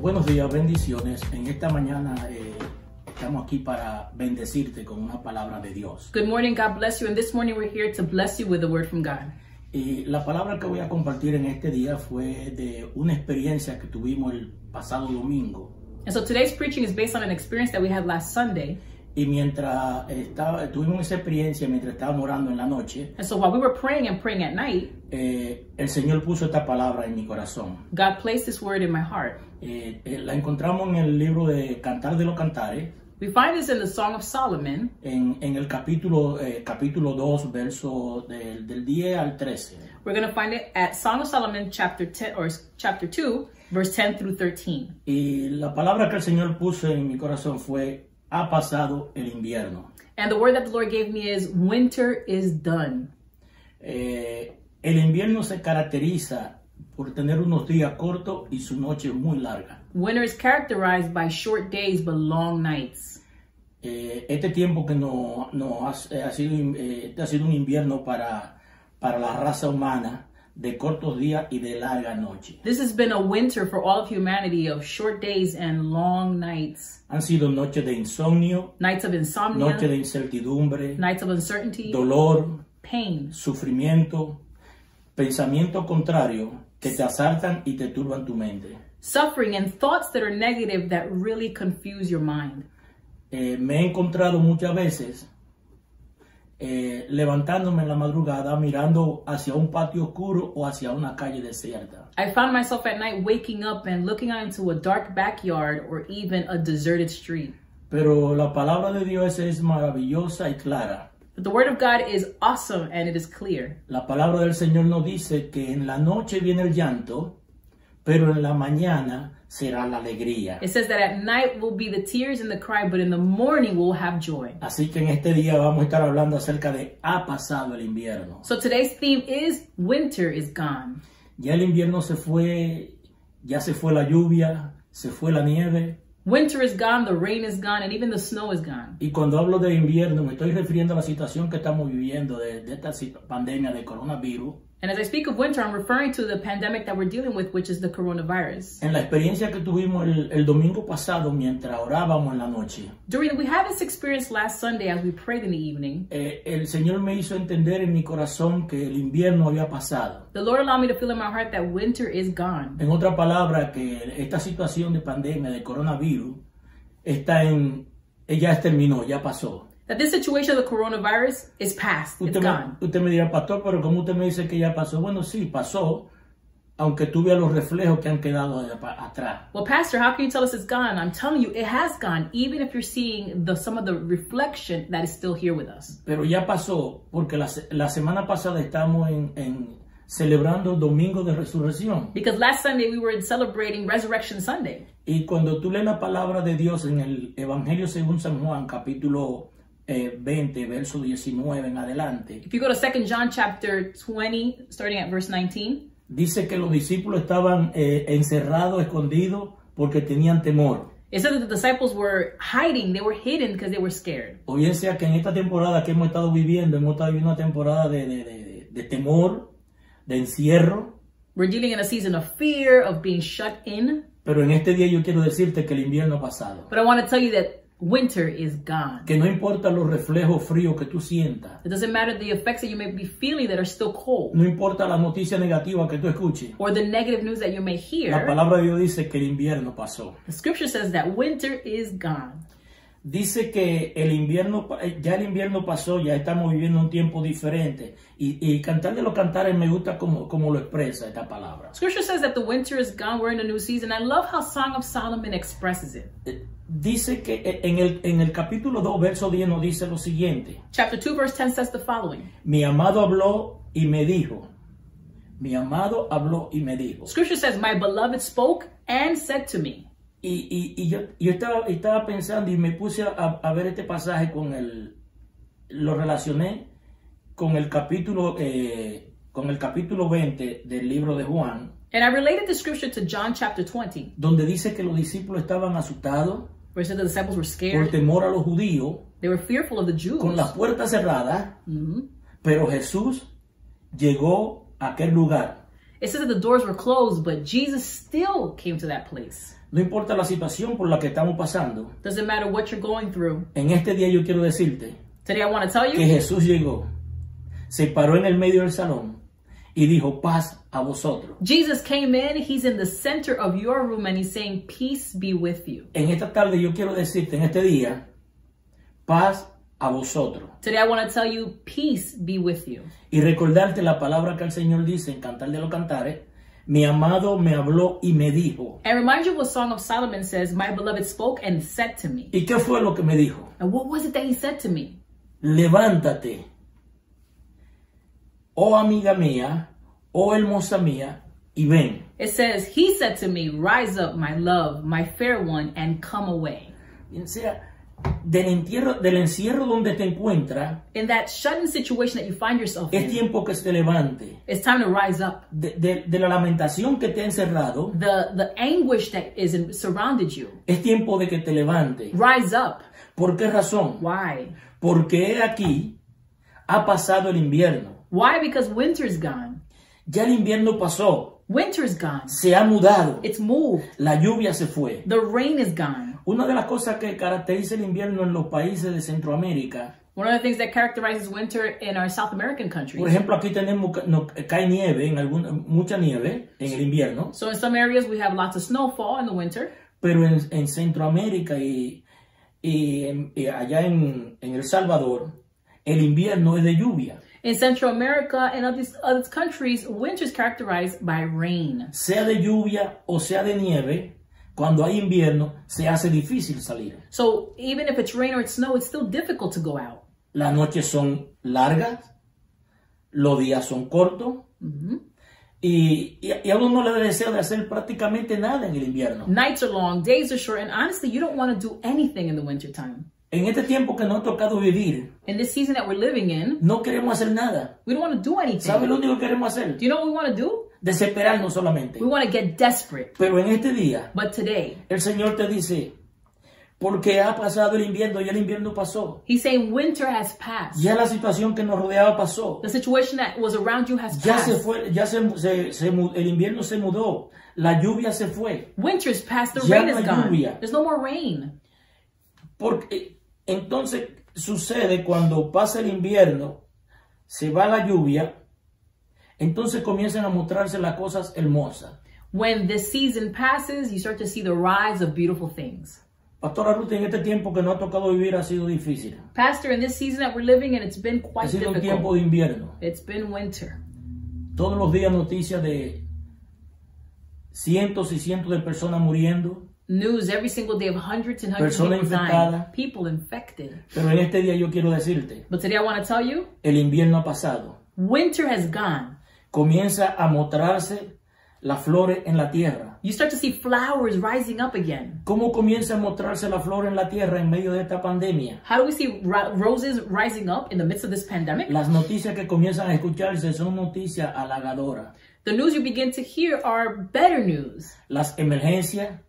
Buenos días, bendiciones. En esta mañana eh, estamos aquí para bendecirte con una palabra de Dios. Good morning. God bless you. And this morning we're here to bless you with a word from God. Y la palabra que voy a compartir en este día fue de una experiencia que tuvimos el pasado domingo. And so today's preaching is based on an experience that we had last Sunday. Y mientras estaba, tuvimos esa experiencia, mientras estábamos orando en la noche, And so while we were praying and praying at night, eh, el Señor puso esta palabra en mi corazón. God placed this word in my heart. Eh, eh, la encontramos en el libro de Cantar de los Cantares, We find this in the Song of Solomon en, en el capítulo, eh, capítulo 2, verso del, del 10 al 13. We're going to find it at Song of Solomon chapter 10 or chapter 2 verse 10 through 13. Y la palabra que el Señor puso en mi corazón fue, ha pasado el invierno. And the word that the Lord gave me is winter is done. Eh, el invierno se caracteriza por tener unos días cortos y su noche muy larga. Winter is characterized by short days but long nights. Eh, este tiempo que no, no ha, eh, ha sido, eh, este ha sido un invierno para, para la raza humana de cortos días y de larga noche. This has been a winter for all of humanity of short days and long nights. Han sido noches de insomnio, Nights of insomnia, noches de incertidumbre, nights of uncertainty, dolor, pain, sufrimiento, pensamientos contrarios que te asaltan y te turban tu mente. suffering, and thoughts that are negative that really confuse your mind. Eh, me he encontrado muchas veces eh, levantándome en la madrugada mirando hacia un patio oscuro o hacia una calle desierta. I found myself at night waking up and looking out into a dark backyard or even a deserted street. Pero la palabra de Dios es maravillosa y clara. But the word of God is awesome and it is clear. La palabra del Señor nos dice que en la noche viene el llanto, pero en la mañana será la alegría. It says that at night will be the tears and the cry, but in the morning we'll have joy. Así que en este día vamos a estar hablando acerca de ha pasado el invierno. So today's theme is winter is gone. Ya el invierno se fue, ya se fue la lluvia, se fue la nieve. Winter is gone, the rain is gone, and even the snow is gone. Y cuando hablo de invierno me estoy refiriendo a la situación que estamos viviendo de, de esta situ- pandemia de coronavirus. And as I speak of winter, I'm referring to the pandemic that we're dealing with, which is the coronavirus. En la experiencia que tuvimos el, el domingo pasado mientras orábamos en la noche, During we had this experience last Sunday as we prayed in the evening. eh, el Señor me hizo entender en mi corazón que el invierno había pasado. The Lord allowed me to feel in my heart that winter is gone. En otra palabra, que esta situación de pandemia de coronavirus está en, eh, ya terminó, ya pasó. That this situation of the coronavirus is past. It's Usted gone. me, usted me dirá, pastor, pero como usted me dice que ya pasó? Bueno, sí, pasó, aunque tú veas los reflejos que han quedado de pa- atrás. Well, Pastor, how can you tell us it's gone? I'm telling you, it has gone, even if you're seeing the some of the reflection that is still here with us. Pero ya pasó, porque la, se- la semana pasada estamos en, en- celebrando el Domingo de Resurrección. Because last Sunday we were celebrating Resurrection Sunday. Y cuando tú lees la palabra de Dios en el Evangelio según San Juan, capítulo eh, 20, verso 19 en adelante, If you go to 2 John chapter 20, starting at verse 19, dice que los discípulos estaban eh, encerrados, escondidos, porque tenían temor. it says that the disciples were hiding, they were hidden because they were scared. O bien sea que en esta temporada que hemos estado viviendo, hemos estado viviendo una temporada de, de- de- de temor, de encierro, We're dealing in a season of fear, of being shut in. pero en este día yo quiero decirte que el invierno ha pasado. But I want to tell you that winter is gone. Que no importa los reflejos fríos que tú sientas, It doesn't matter the effects that you may be feeling that are still cold no importa las noticias negativas que tú escuches, or the negative news that you may la hear. palabra de Dios dice que el invierno pasó. The scripture says that winter is gone. Dice que el invierno, pa- eh, ya el invierno pasó, ya estamos viviendo un tiempo diferente. Y, y cantar de los cantares me gusta como, como lo expresa esta palabra. Scripture says that the winter is gone. We're in a new season. I love how Song of Solomon expresses it. Eh, Dice que eh, en el, en el capítulo 2, verso 10 nos dice lo siguiente. Chapter 2, verse 10 says the following Mi amado habló y me dijo. Mi amado habló y me dijo. Scripture says, My beloved spoke and said to me. Y, y- y yo, yo estaba, estaba pensando y me puse a, a ver este pasaje con el... Lo relacioné con el capítulo, eh, con el capítulo 20 del libro de Juan, And I related the scripture to John chapter 20, donde dice que los discípulos estaban asustados where it said the disciples were por scared. temor a los judíos, They were fearful of the Jews. con las puertas cerradas, Mhm. pero Jesús llegó a aquel lugar It says that the doors were closed, but Jesus still came to that place. No importa la situación por la que estamos pasando, Doesn't matter what you're going through. en este día yo quiero decirte Today I want to tell que you Jesús llegó, se paró en el medio del salón y dijo paz a vosotros. Jesus came in, he's in the center of your room and he's saying, Peace be with you. En esta tarde yo quiero decirte, en este día, paz a vosotros. Today I want to tell you, Peace be with you. Y recordarte la palabra que el Señor dice en Cantar de los Cantares, mi amado me habló y me dijo. And remind you what Song of Solomon says, My beloved spoke and said to me. ¿Y qué fue lo que me dijo? And what was it that he said to me? levántate, oh amiga mía, oh hermosa mía, y ven. It says, He said to me, Rise up, my love, my fair one, and come away. O sea, del encierro, del encierro donde te encuentras, In that shut in situation that you find yourself es in, tiempo que te levante. it's time to rise up. De, de- de la lamentación que te ha encerrado, The, the anguish that is in, surrounded you, es tiempo de que te levante. rise up. ¿Por qué razón? Why? Porque he aquí ha pasado el invierno. Why? Because winter's gone. Ya el invierno pasó, Winter's gone. se ha mudado, It's moved. la lluvia se fue. The rain is gone. Una de las cosas que caracteriza el invierno en los países de Centroamérica One of the things that characterizes winter in our South American Por countries. ejemplo, aquí tenemos ca- no, cae nieve, en algún, mucha nieve en el invierno, So in some areas we have lots of snowfall in the winter, pero en, en Centroamérica y, y en- y allá en, en El Salvador, el invierno es de lluvia. In Central America and other, other countries, winter is characterized by rain. Sea de lluvia o sea de nieve, cuando hay invierno se hace difícil salir. So even if it's rain or it's snow, it's still difficult to go out. Las noches son largas, los días son cortos y, y, y a uno no le desea de hacer prácticamente nada en el invierno. Nights are long, days are short, and honestly, you don't want to do anything in the wintertime. En este tiempo que nos ha tocado vivir, In this season that we're living in, no queremos hacer nada. we don't want to do ¿Sabe anything. lo único que queremos hacer? Do you know what we want to do? Desesperarnos solamente. We want to get desperate. Pero en este día, But today, el Señor te dice, porque ha pasado el invierno, ya el invierno pasó. he's saying winter has passed. Ya la situación que nos rodeaba pasó. The situation that was around you has Ya se passed. fue, ya se, se- se mu- el invierno se mudó. La lluvia se fue. Winter's passed, the Ya rain no is hay gone. lluvia. There's no more rain. Porque entonces sucede cuando pasa el invierno, se va la lluvia, entonces comienzan a mostrarse las cosas hermosas. When this season passes, you start to see the rise of beautiful things. Pastora Ruth, en este tiempo que nos ha tocado vivir ha sido difícil. Pastor, in this season that we're living in, it's been Ha quite sido un difficult. tiempo de invierno. It's been winter. Todos los días noticias de cientos y cientos de personas muriendo, News every single day of hundreds and hundreds Persona of people dying. infectada. People infected. pero en este día yo quiero decirte, But today I want to tell you, el invierno ha pasado. winter has gone. Comienza a mostrarse las flores en la tierra. You start to see flowers rising up again. ¿Cómo comienza a mostrarse la flor en la tierra en medio de esta pandemia? How do we see ro- roses rising up in the midst of this pandemic? Las noticias que comienzan a escucharse son noticias halagadoras. The news you begin to hear are better news. Las emergencias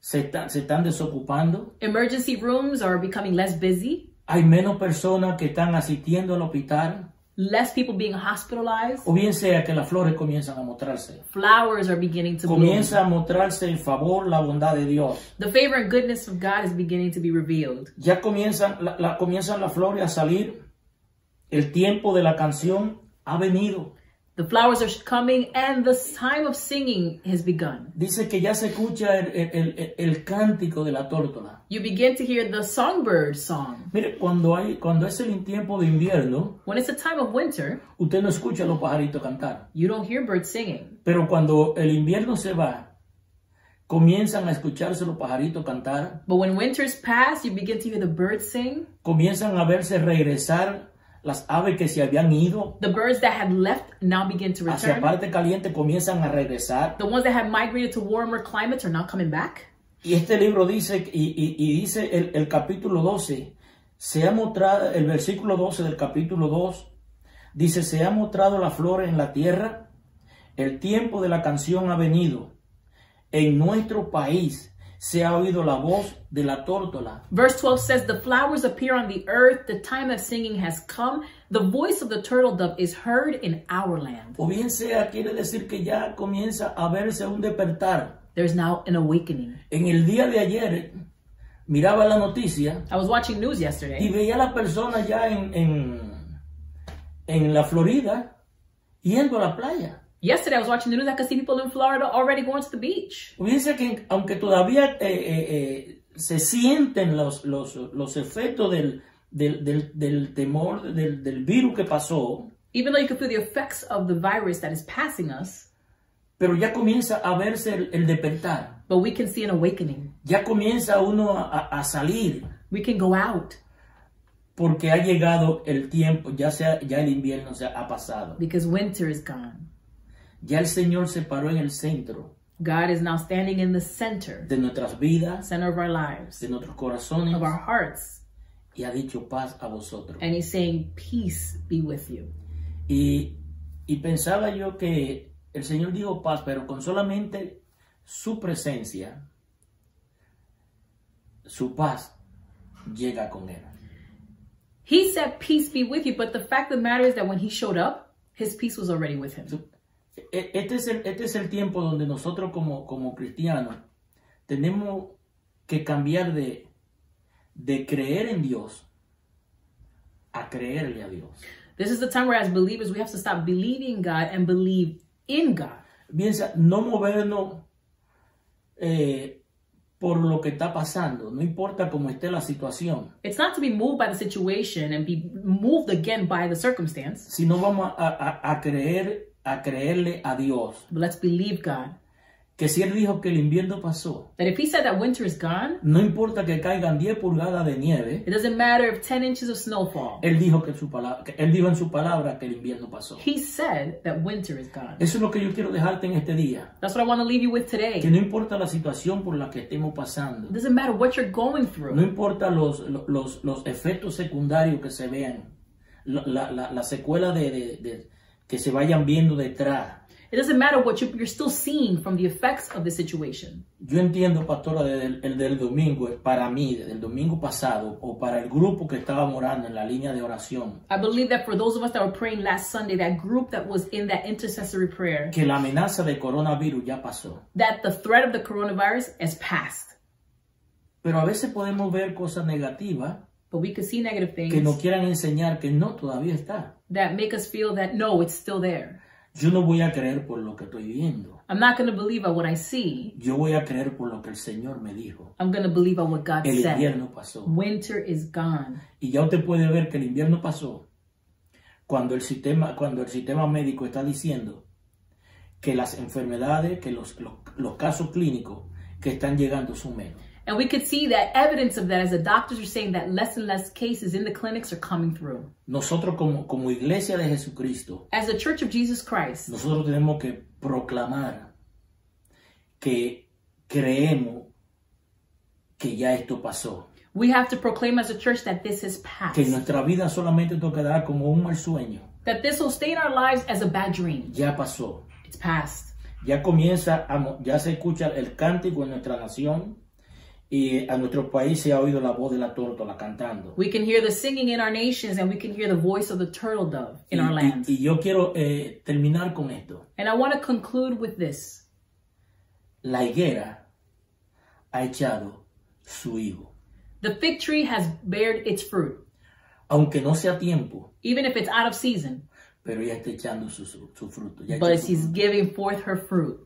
se, está- se están desocupando. Emergency rooms are becoming less busy, Hay menos personas que están asistiendo al hospital, less people being hospitalized. o bien sea que las flores comienzan a mostrarse. Flowers are beginning to bloom. comienza a mostrarse el favor, la bondad de Dios. The favor and goodness of God is beginning to be revealed. Ya comienzan, la, la- comienzan las flores a salir. El tiempo de la canción ha venido. The flowers are coming and the time of singing has begun. Dice que ya se escucha el, el- el- el cántico de la tórtola. You begin to hear the songbird song. Mire, cuando, hay, cuando es el tiempo de invierno, When it's a time of winter, usted no escucha a los pajaritos cantar. you don't hear birds singing. Pero cuando el invierno se va, comienzan a escucharse los pajaritos cantar, But when winter's past, you begin to hear the birds sing. comienzan a verse regresar las aves que se habían ido The birds that had left now begin to hacia return. parte caliente, comienzan a regresar. The ones that had migrated to warmer climates are now coming back. Y este libro dice, y, y- y dice el, el capítulo 12, se ha mostrado, el versículo 12 del capítulo 2, dice, se ha mostrado la flor en la tierra, el tiempo de la canción ha venido, en nuestro país se ha oído la voz de la tórtola. Verse 12 says, The flowers appear on the earth, the time of singing has come, the voice of the turtle dove is heard in our land. O bien sea, quiere decir que ya comienza a verse un despertar. There's now an awakening. En el día de ayer miraba la noticia I was watching news y yesterday, veía a las personas ya en, en, en la Florida yendo a la playa. yesterday I was watching the news, I could see people in Florida already going to the beach. Fíjense que aunque todavía eh, eh, eh, se sienten los, los, los efectos del, del, del, del temor, del, del virus que pasó, Even though you can feel the effects of the virus that is passing us, pero ya comienza a verse el, el despertar, but we can see an awakening. ya comienza uno a, a- a salir, We can go out porque ha llegado el tiempo, ya, sea, ya el invierno se ha pasado, because winter is gone. ya el Señor se paró en el centro God is now standing in the center, de nuestras vidas, center of our lives, de nuestros corazones, of our hearts, y ha dicho paz a vosotros. and He's saying, Peace be with you. Y, y pensaba yo que el Señor dijo paz, pero con solamente su presencia, su paz llega con él. He said, Peace be with you, but the fact of the matter is that when He showed up, His peace was already with Him. Su- e- Este es el, este es el tiempo donde nosotros como, como cristianos tenemos que cambiar de, de creer en Dios a creerle a Dios. This is the time where, as believers, we have to stop believing God and believe in God. Piensa, no movernos eh, por lo que está pasando, no importa cómo esté la situación, It's not to be moved by the situation and be moved again by the circumstance, sino vamos a, a- a creer, a creerle a Dios, but let's believe God. que si Él dijo que el invierno pasó, That if He said that winter is gone, no importa que caigan 10 pulgadas de nieve, it doesn't matter if 10 inches of snow fall. Él dijo, que su palabra, que él dijo en su palabra que el invierno pasó. He said that winter is gone. Eso es lo que yo quiero dejarte en este día, That's what I want to leave you with que today. no importa la situación por la que estemos pasando, It doesn't matter what you're going No through. importa los, los, los efectos secundarios que se vean, la, la, la- la secuela de, de- de- que se vayan viendo detrás. It doesn't matter what you, you're still seeing from the effects of the situation. Yo entiendo, pastora, desde el, el del domingo, para mí, desde el domingo pasado, o para el grupo que estaba morando en la línea de oración, I believe that for those of us that were praying last Sunday, that group that was in that intercessory prayer, que la amenaza de coronavirus ya pasó. that the threat of the coronavirus has passed. Pero a veces podemos ver cosas negativas But we could see negative things que nos quieran enseñar que no, todavía está. that make us feel that no, it's still there. Yo no voy a creer por lo que estoy viendo. I'm not going to believe on what I see. Yo voy a creer por lo que el Señor me dijo. I'm going to believe on what God El said. invierno pasó. Winter is gone. Y ya usted puede ver que el invierno pasó cuando el sistema, cuando el sistema médico está diciendo que las enfermedades, que los, los, los casos clínicos que están llegando son menos. And we could see that evidence of that as the doctors are saying that less and less cases in the clinics are coming through. Nosotros como, como iglesia de Jesucristo, As the Church of Jesus Christ, nosotros tenemos que proclamar que creemos que ya esto pasó, we have to proclaim as a church that this has passed. que nuestra vida solamente nos quedará como un mal sueño. That this will stay in our lives as a bad dream. Ya pasó. It's past. ya comienza, a mo- ya se escucha el cántico en nuestra nación y a nuestro país se ha oído la voz de la tórtola cantando. We can hear the singing in our nations and we can hear the voice of the turtle dove in our Y- land. y, y yo quiero eh, terminar con esto. And I want to conclude with this. La higuera ha echado su higo. The fig tree has bared its fruit, Aunque no sea tiempo, even if it's out of season, pero ya está echando su, su, su fruto. ya echó but su she's fruto. giving forth her fruit.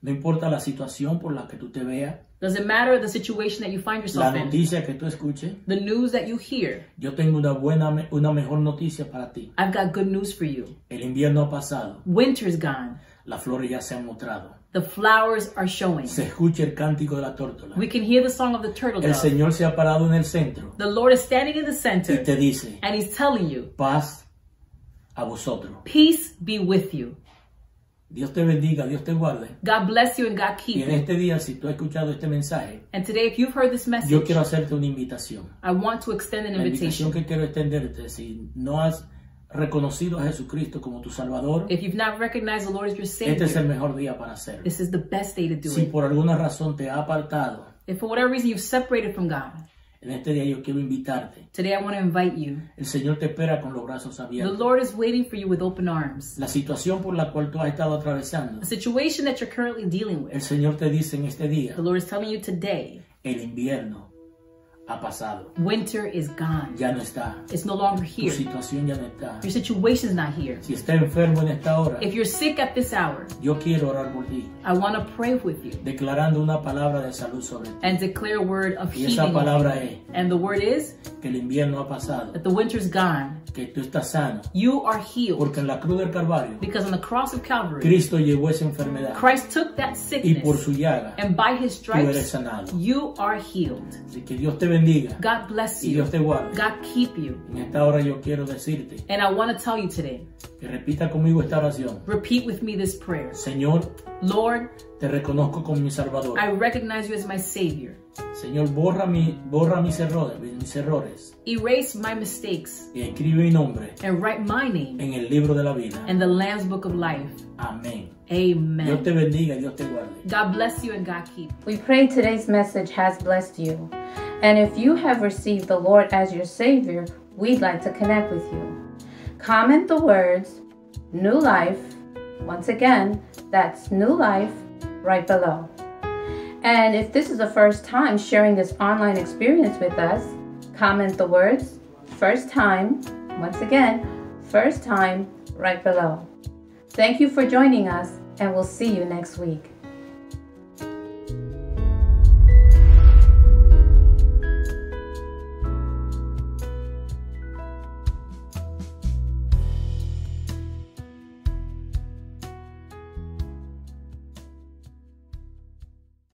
No importa la situación por la que tú te veas, Doesn't matter the situation that you find la yourself in, noticia que tú escuches, the news that you hear, yo tengo una buena, me- una mejor noticia para ti. I've got good news for you. El invierno ha pasado, Winter's gone. las flores ya se han mostrado. The flowers are showing. se escucha el cántico de la tórtola. We can hear the song of the turtle El dove. Señor se ha parado en el centro The Lord is standing in the y center te dice, and he's telling you, paz a vosotros. peace be with you. Dios te bendiga, Dios te guarde. God bless you and God keep Y en you. este día, si tú has escuchado este mensaje, And today, if you've heard this yo message, quiero hacerte una invitación. I want to extend an La invitación invitation. que quiero extenderte, si no has reconocido a Jesucristo como tu Salvador, If you've not recognized the Lord as your este es Savior, el mejor día para hacerlo. this is the best day to do Si it. por alguna razón te ha apartado, If for whatever reason you've separated from God, en este día yo quiero invitarte. today I want to invite you. El Señor te espera con los brazos The abiertos. Lord is waiting for you with open arms. La situación por la cual tú has estado atravesando, The situation that you're currently dealing el with, Señor te dice en este día, the Lord is telling you today, el invierno ha pasado, winter is gone. ya no está. It's no longer Tu here. situación ya no está. Your situation's not here. Si estás enfermo en esta hora, If you're sick at this hour, yo quiero orar por ti, I want to pray with you declarando una palabra de salud sobre ti. and declare a word of Y esa healing. over palabra you. es And the word is que el invierno ha pasado, that the winter's gone. que tú estás sano, You are healed. porque en la cruz del Calvario Because on the cross of Calvary, Cristo llevó esa enfermedad Christ took that y por sickness, su llaga and by his tú eres stripes, sanado. you are healed. Así que Dios te bendiga God bless y Dios you. te guarde. God keep you. En esta hora yo quiero decirte And I want to tell you today que repita conmigo esta oración. repeat with me this prayer Señor, Lord, te reconozco como mi Salvador. I recognize you as my Savior. Señor, borra, mi, borra mis, errores, mis errores Erase my mistakes y escribe mi nombre and write my name en el libro de la vida. in the Lamb's Book of Life. Amén. Dios te Amen. bendiga, Dios te guarde. God bless you and God keep. you. We pray today's message has blessed you. And if you have received the Lord as your Savior, we'd like to connect with you. Comment the words New Life, once again, that's New Life right below. And if this is the first time sharing this online experience with us, comment the words First Time, once again, First Time right below. Thank you for joining us, and we'll see you next week.